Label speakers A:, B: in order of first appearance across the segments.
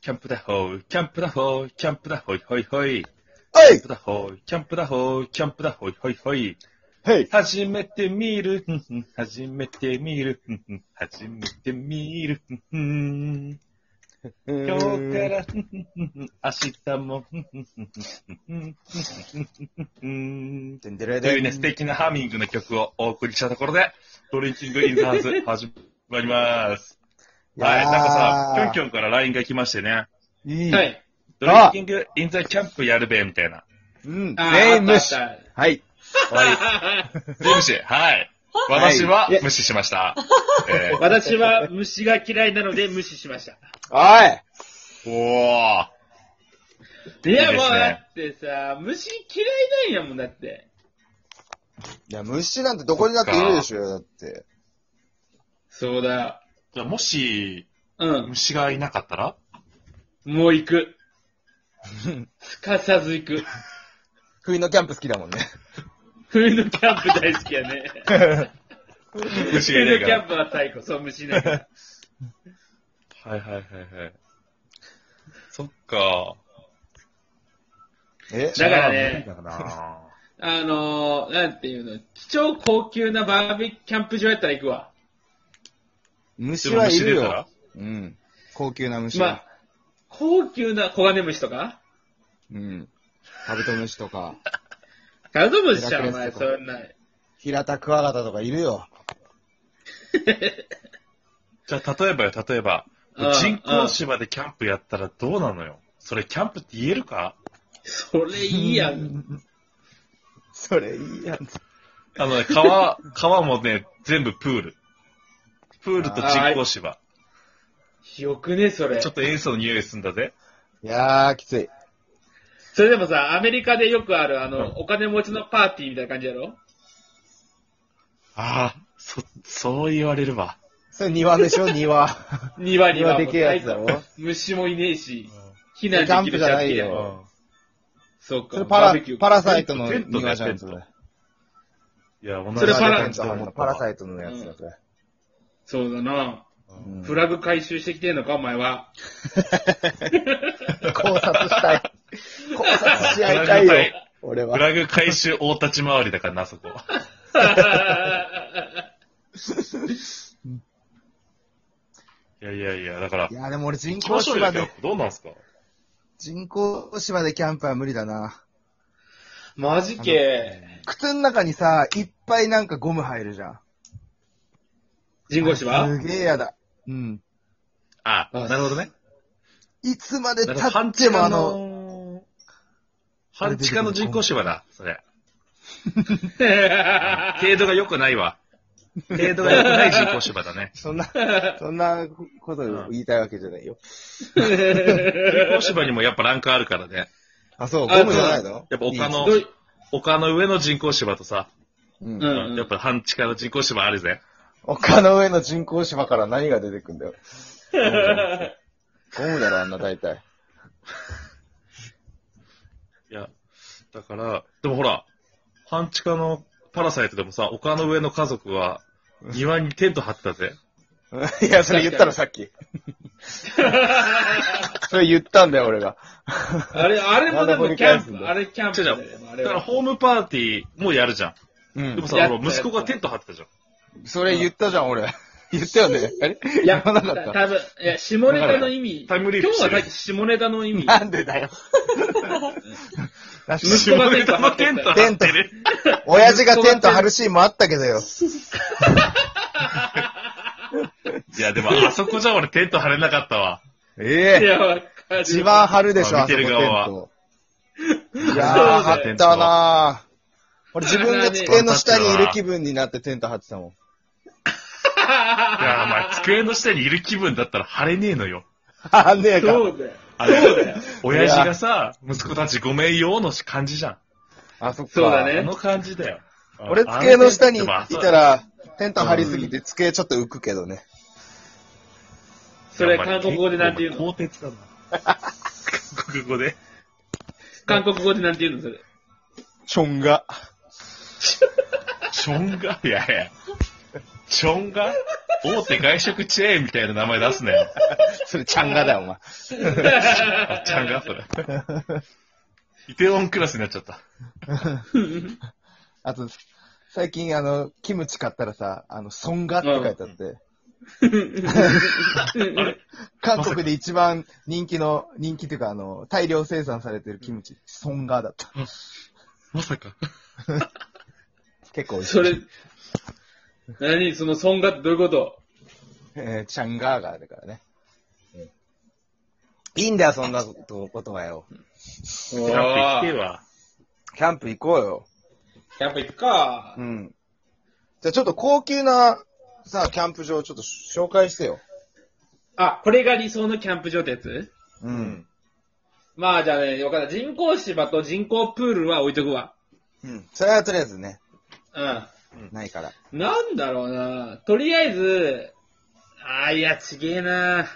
A: キャンプだほー、キャンプだほー、キャンプだほいほいほい。
B: は
A: キャンプだほー、キャンプだほー、キャンプだほいほいほい。
B: はい
A: 初めて見る、ふんふん初めて見る、ふんふん初めて見る、ふんふん今日から、ふんふんふんふん明日も、ふんふんふんふんふん
B: てんでれ
A: と
B: で
A: い
B: ん
A: うね、素敵なハミングの曲をお送りしたところで、ドリンキングインザハウス始まります。はい、なんかさ、キョンキョンから LINE が来ましてね、
B: ョン。いい。
C: は。い。
A: ドリンキングインザキャンプやるべ、みたいな。
B: うん。
C: あー
B: 全員無視。
C: あったあ
B: は
C: っ
B: い。
A: 無視、はい。
B: はい
A: 私はい
B: や
A: 無視しました。えー
C: 私は虫が嫌いなので無視しました。
B: おい
A: おー。
C: いや、
A: いいで
C: もう
A: すね
C: だってさ、虫嫌いなんやもんだって。
B: いや、虫なんてどこにだっているでしょ、だって。
C: そうだ。
A: じゃあもし、
C: うん。
A: 虫がいなかったら
C: もう行 く。すかさず行く。
B: 冬のキャンプ好きだもんね。
C: 冬のキャンプ大好きや ね。
A: 虫がいな
C: 冬
A: い
C: の
A: か
C: キャ
A: ら
C: ン。プは最高。そう、虫ないから。
A: はいはいはいはい。そっか。
B: え
C: だからね
A: じゃあ無理だな
C: あのー、なんていうの、超高級なバーベキューキャンプ場やったら行くわ。
B: 虫
A: でも
B: はい
A: 虫
B: る
A: 出たら
B: よ。うん。高級な虫。
C: まあ、高級なコガネムシとか
B: うん。カブトムシとか、
C: カブトムシちゃん、
B: ヘラ
C: お前、
B: クレスとか
C: そんな。
B: ヒラタクワガタとかいるよ。
A: じゃあ例えばよ、例えば
C: うん。
A: 人工芝でキャンプやったらどうなのよそれキャンプって言えるか
C: それいいやん。
B: それいいやん。
A: あ のね、川、川もね、全部プール。プールと人工芝。
C: よくね、それ。
A: ちょっと塩素の匂いすんだぜ。
B: いやー、きつい。
C: それでもさ、アメリカでよくある、あの、お金持ちのパーティーみたいな感じやろ
A: ああ、そ、そう言われるわ。
B: それ庭でしょ、庭。
C: 庭には
B: 庭でけえやつだろ
C: もう最高虫もいねえし、
B: キ
C: 避
B: ャ
C: 難
B: ン
C: でき
B: プ
C: る
B: じゃない
C: し
B: よ。
C: そう
B: そ
C: か、
B: れパ
C: バー
B: ラ
C: ベキュー、
B: パラサイトの
A: テントね
B: 庭じゃん、それ
A: テン。いや、同じ
C: それパラ
A: だと思った
B: パ
A: わ
B: ラサイトのやつだ、それ。
C: そうだな。
B: うん
C: フラグ回収してきてんのか、お 前は。
B: 考察した い。考察し合いたいよ。俺
A: フ
B: は。
A: ラグ回収大立ち回りだからな、そこ。いやいやいや、だから
B: い、や、でも俺人
A: 行き
B: 工
A: ましょうよ、
B: 芝
A: キャン
B: で、
A: プ。どうなんすか
B: 人工芝でキャンプは無理だな。
C: マジけ。
B: 靴の中にさ、いっぱいなんかゴム入るじゃん。
C: 人工芝
B: すげえやだ。うん。
A: あ、
C: あ
A: なるほどね。
B: いつまで
A: だ
B: 経
A: から半
B: っ
A: 地下
B: てもあの、
A: の、半地下の人工芝だ、それ。程度が良くないわ。程度が良くない人工芝だね。
B: そんな、 そんなこと言いたいわけじゃないよ。
A: 人工芝にもやっぱランクあるからね。
B: あ、そう、
C: あ
B: ゴムじゃないの
A: やっぱ丘の
C: どうい
A: 丘の上の人工芝とさ、
B: うん
C: うんうん
A: やっぱ半地下の人工芝あるぜ。
B: 丘の上の人工芝から何が出てくんだ よ。ゴムだろ、あんな大体。
A: いや、だから、でもほら、半地下のパラサイトでもさ、丘の上の家族は、庭にテント張ってたぜ。
B: いや、それ言ったらさっき。それ言ったんだよ、俺が。
C: あれ、あれも
B: ま
C: で
B: だ掘
C: も
B: り
C: キャ
B: 返
C: ン
B: すん
C: プ、
B: だ
C: あれキャンプだよね。あれ
A: だから
C: は
A: ホームパーティーもやるじゃ。
B: う
A: で
B: んん
A: も。さ、
C: や
A: ほ
C: っ
A: ら
C: た
A: 息子がテント張ってたじゃん。
B: それ言ったじゃん、俺。 言ったよね。あれ
C: いや、
B: 言わなかった
C: 多分、いや、下ネタの意味。
A: タイムリー
C: 今
A: プ
C: 日
A: して
C: は
A: る
C: さっき下ネタ の意味。
B: なんでだよ。
C: 息子がテント張って
A: テ
C: ん
A: ン
C: だ
A: ト張ってる。
B: 親父がテント張るシーンもあったけどよ。
A: いや、でもあそこじゃ俺テント張れなかったわ。
C: い
B: ええ
C: や、わかる。
B: 一番張るでしょ、
A: まあ
B: あそこ
A: 見
B: テ
A: て
B: ン
A: る側は
B: ト。いやー、張ったなー。俺自分が机の下にいる気分になってテント張ってたもん。
A: いや、お前机の下にいる気分だったら張れねえのよ。
B: あんねえか。
C: そうだよ。
A: あれ、親父がさ、息子たちごめんよの感じじゃん。
B: あ、そっか。
C: そうだね
A: あの感じだよ。
B: 俺机の下にい
A: あのテント
B: たら、テント張りすぎて机ちょっと浮くけどね。
C: それ韓国語でなんて言うの
A: 鋼鉄だな。韓国語で。
C: 韓国語でなんて言うのそれ。
B: ちょんが。
A: ションガ、いやいや。チョンガ大手外食チェーンみたいな名前出すね。
B: それ、ちゃんがだよ、お前。
A: あチャンガそれ。イテウォンクラスになっちゃった。
B: あと、最近、あの、キムチ買ったらさ、あの、ソンガって書いてあって、
A: あれ
B: 韓国で一番人気の、人気っていうか、あの、大量生産されてるキムチ、ソンガだった。
A: まさか。
B: 結構美味しい。
C: それ、何その損がってどういうこと
B: えー、チャンガーガーだからね。いいんだよ、そんなことことはよ。
A: キャン
C: お
A: プ行って
C: ー
A: は。
B: キャンプ行こうよ。
C: キャンプ行くか。
B: うん。じゃあちょっと高級な、さ、キャンプ場をちょっと紹介してよ。
C: あ、これが理想のキャンプ場ってやつ
B: う。。
A: うん
C: まあじゃあね、わかった。人工芝と人工プールは置いとくわ。
B: うん。それはとりあえずね、
C: うん。
B: ないから。
C: なんだろうなとりあえず、あーいや、ちげえな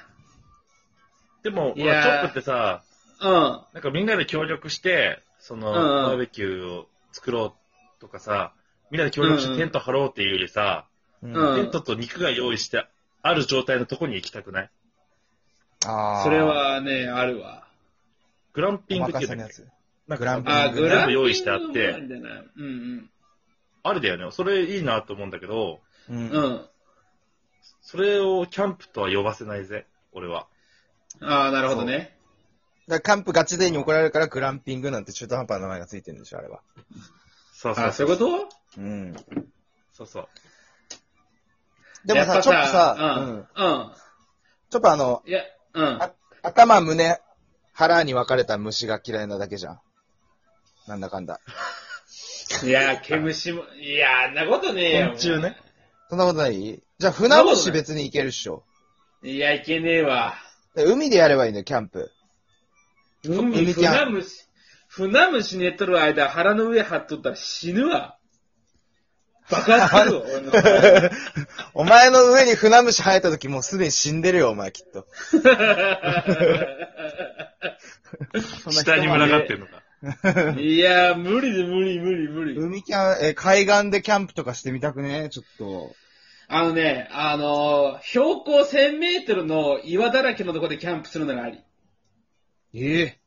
A: でも、ほ
C: いや
A: ら
C: ー
A: チョップってさ、
C: うん。
A: なんかみんなで協力して、その、
C: うんうん
A: バーベキューを作ろうとかさ、みんなで協力し
C: うんう
A: て
C: ん
A: テント張ろうっていうよりさ、
B: う
C: うん
A: テントと肉が用意してある状態のとこに行きたくない
B: あー
C: それ、はね、あるわ。
A: グランピ
B: お
A: ングっていう
B: 任せ
A: んだ
B: の
A: っ
B: や
A: け
B: つ。
A: なん
B: グランピング
C: あ、
A: か、
C: グ
A: 全
C: ラン
A: 部
C: ピング
A: 用意してあって
C: も、んじゃないうん
A: あれだよね。それいいなと思うんだけど、
B: う
C: うんん。うん。
A: それをキャンプとは呼ばせないぜ、俺は。
C: ああ、なるほどね。
B: だからキャンプガチデーに怒られるから、グランピングなんて中途半端な名前がついてるんでしょ、あれは。
A: そうそう
C: あそういうこと
B: うん。
A: そうそう。
B: でも
C: や
B: さ、
C: っぱ
B: ちょっとさ、
C: う。
B: うん
C: うん
B: ん。。ちょっとあの、
C: いや、 うん。
B: あ頭、胸、腹に分かれた虫が嫌いなだけじゃん。なんだかんだ。
C: いや、毛虫も、いや、あんなことねえよ。
A: 昆虫ね。
B: そんなことないじゃあ、船越別に行けるっしょ。
C: いや、いけねえわ。
B: で海でやればいいんだよ、キャンプ。
C: 海、
B: 海キャ
C: 船
B: ン
C: 虫、船虫寝とる間腹の上張っとったら死ぬわ。爆発するわ、 俺の。
B: お前の上に船虫生えた時もうすでに死んでるよ、お前きっと。そんな人
A: 下に群がってるのか。
C: いや、無理で無理無理無理。
B: 海キャン、え、海岸でキャンプとかしてみたくねちょっと。
C: あのね、あのー標高1000メートルの岩だらけのとこでキャンプするならあり。
B: ええ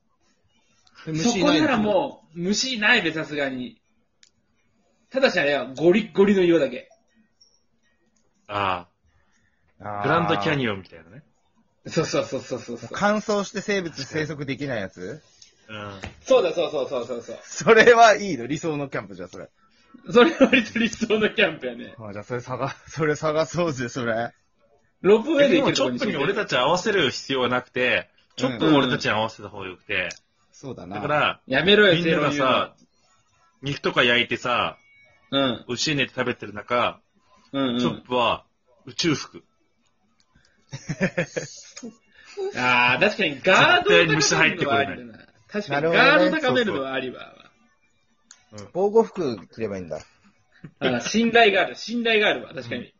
C: そこならもう、虫いないべ、さすがに。ただしあれは、ゴリッゴリの岩だけ。
A: あ
B: う、グ
A: あ、グランドキャ
B: オン。
A: ニオンみたいなね。
C: そうそうそうそうそうそう。
B: 乾燥して生物生息できないやつ
A: うん。
C: そうだ、そうそうそうそうそう。
B: それはいいの、理想のキャンプじゃん、それ。
C: それ割と理想のキャンプやね。
B: あじゃあ、それ探、それ探そうぜ、それ。
C: ロープウェイで
A: でも、
C: 行ける
A: チ
C: と
A: ョ
C: こ
A: ッ
C: に
A: プに俺たち合わせる必要はなくて、チョップも俺たちに合わせた方がよくて、
B: そうだな。
A: だから、
C: やめろよ、
A: みんなが
C: ゼロ
A: さ、肉とか焼いてさ、
C: 言うの、
A: 美味しいねって食べてる中、
C: うん。うん、
A: チ
C: う
A: ョップは宇宙服。
C: ん。ああ、確かにガードを
A: 絶対
C: 高め
A: に虫入っ
C: る
A: て
C: の
A: こ
C: はあ
A: れ
C: り
A: ない
C: だな。確か
B: な
C: に
B: るほどね
C: ガードを高めるのはありわ。
B: 防護服着ればいいんだ。
C: あ信頼がある、信頼があるわ、確かに。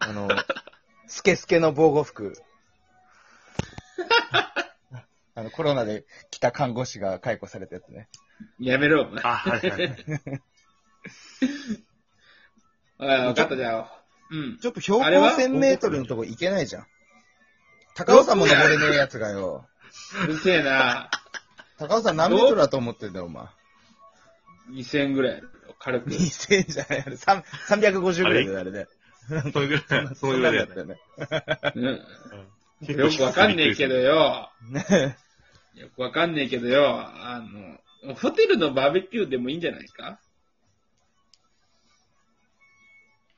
B: あ の、スケスケの防護服。 あの、コロナで来た看護師が解雇されたやつね。
C: やめろ、お前。
A: あ、はいはいは い。
C: あ分かった、じゃあ。うん。
B: ちょっと標高
C: あれは
B: 1000メートルのとこ行けないじゃん。高尾山も登れねえやつがよ。
C: うるせえな。
B: 高尾山何メートルだと思ってんだよ、お前。
C: 2000ぐらいやろ。軽 く。
B: 2000じゃない、あれ、3 350ぐらいだよ、あれで。
A: そういうぐらい、そう
B: そ
A: いう
B: う
A: ぐ
B: な
A: ら
B: ん
A: い
B: だ
A: だ
B: っ
A: よ
B: たよね。
C: うん
A: ね。
C: よくわかんねえけどよ。
B: ね
C: よくわかんねえけどよ。あの、ホテルのバーベキューでもいいんじゃないですか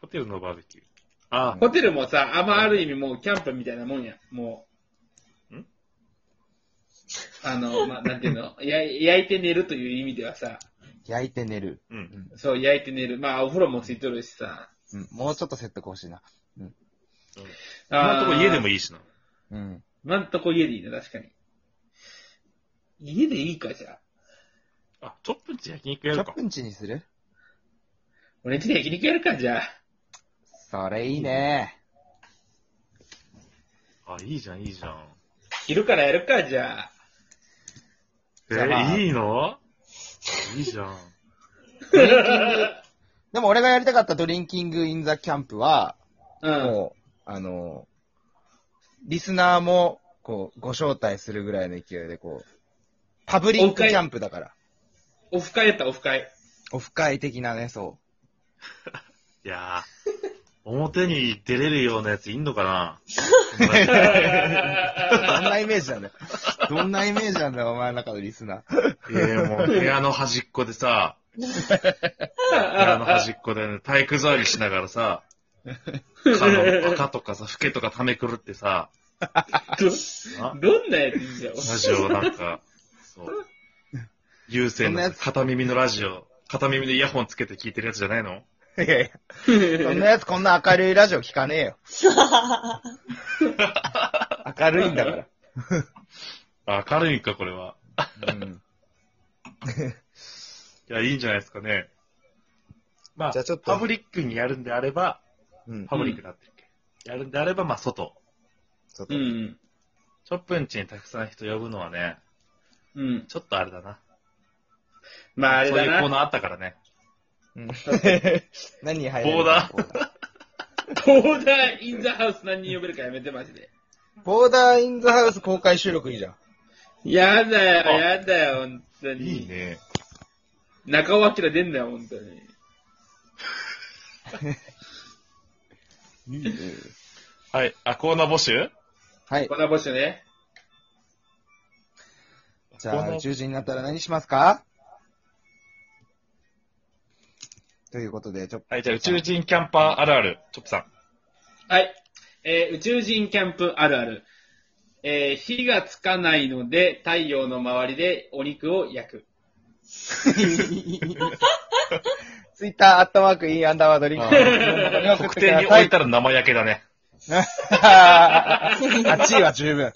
A: ホテルのバーベキュー。あ、
C: ホテルもさ、あんまある意味もうキャンプみたいなもんや。もう。
A: ん
C: あの、まあ、なんていうの や焼いて寝るという意味ではさ、
B: 焼いて寝る。
A: うん。
C: そう、焼いて寝る。まあ、お風呂もついとるしさ。
B: うん、もうちょっと説得欲しいな。
A: 今んとこ家でも
C: いい。
A: いいしな。
B: うん。
C: 今んとこ家でいいね、確かに。家でいいか、じゃあ。
A: あ、チョップンチ焼肉やる
B: 1
A: か
B: 0。分値にする
C: 俺んちで焼肉やるか、じゃあ。
B: それいいね。
A: あ、いいじゃん、いいじゃん。
C: 昼からやるか、じゃあ。
A: え
B: じゃあまあ
A: いいのいいじゃん。
B: でも俺がやりたかったドリンキングインザキャンプは、
C: うん。
B: もう、あの、リスナーも、こう、ご招待するぐらいの勢いで、こう、パブリックキャンプだから。
C: オフ会やった、オフ会。
B: オフ会的なね、そ
A: いやー、表に出れるようなやついんのか な
B: う。どんなイメージなんだよ。どんなイメージなんだよ、お前の中のリスナー。
A: いや、もう部屋の端っこでさ、部屋の端っこでね、体育座りしながら さ、蚊の赤とかさ、フケとか溜めくるってさ、あ
C: どどんなやつじゃん。
A: ラジオなんか、そう。優勢
B: そんなや
A: の
B: つ
A: 片耳のラジオ、片耳でイヤホンつけて聞いてるやつじゃないの
B: いやいや、 そんなやつこんな明るいラジオ聞かねえよ。明るいんだか
A: あ、明るいんか、これは。
B: ら。うん。
A: いや、いいんじゃないですかね。まあ、
B: じゃあちょっと
A: パブリックにやるんであれば、
B: うん。
A: パブリックだってるっけ、やるんであれば、まあ、外。
B: ちょっと
C: うん。
A: チョップンチにたくさん人呼ぶのはね、
C: うん。
A: ちょっとあれだな。
C: まあ、あれ
A: そういうコ
C: だ
A: ー
C: な。
A: ナーあったからね。
B: うん 何入れる
A: ボーダー
B: ボーダー。
C: コーダーインザハウス何人呼べるかやめて、マジで。
B: ボーダーインザハウス公開収録いいじゃん。
C: やだ
A: あ
C: よ、やだよ、本当に。
A: いいね。
C: 中尾明出んだよ、本当に。
A: はい。あ、コーナー募集
B: はい。
C: コーナー募集ね。
B: じ
A: コー
B: ゃあ、
A: ナー
B: 10時になったら何しますかということで、ちょ っと。
A: はい、じゃあ、宇宙人キャンパーあるある、チョップさん。
C: はい。えー宇宙人キャンプあるある。えー火がつかないので、太陽の周りでお肉を焼く。
B: ツイッター、アットマーク、インアンダーワードリンク。
A: あ
B: 特
A: 特 定に置いたら生焼けだね。
B: 8位は十分。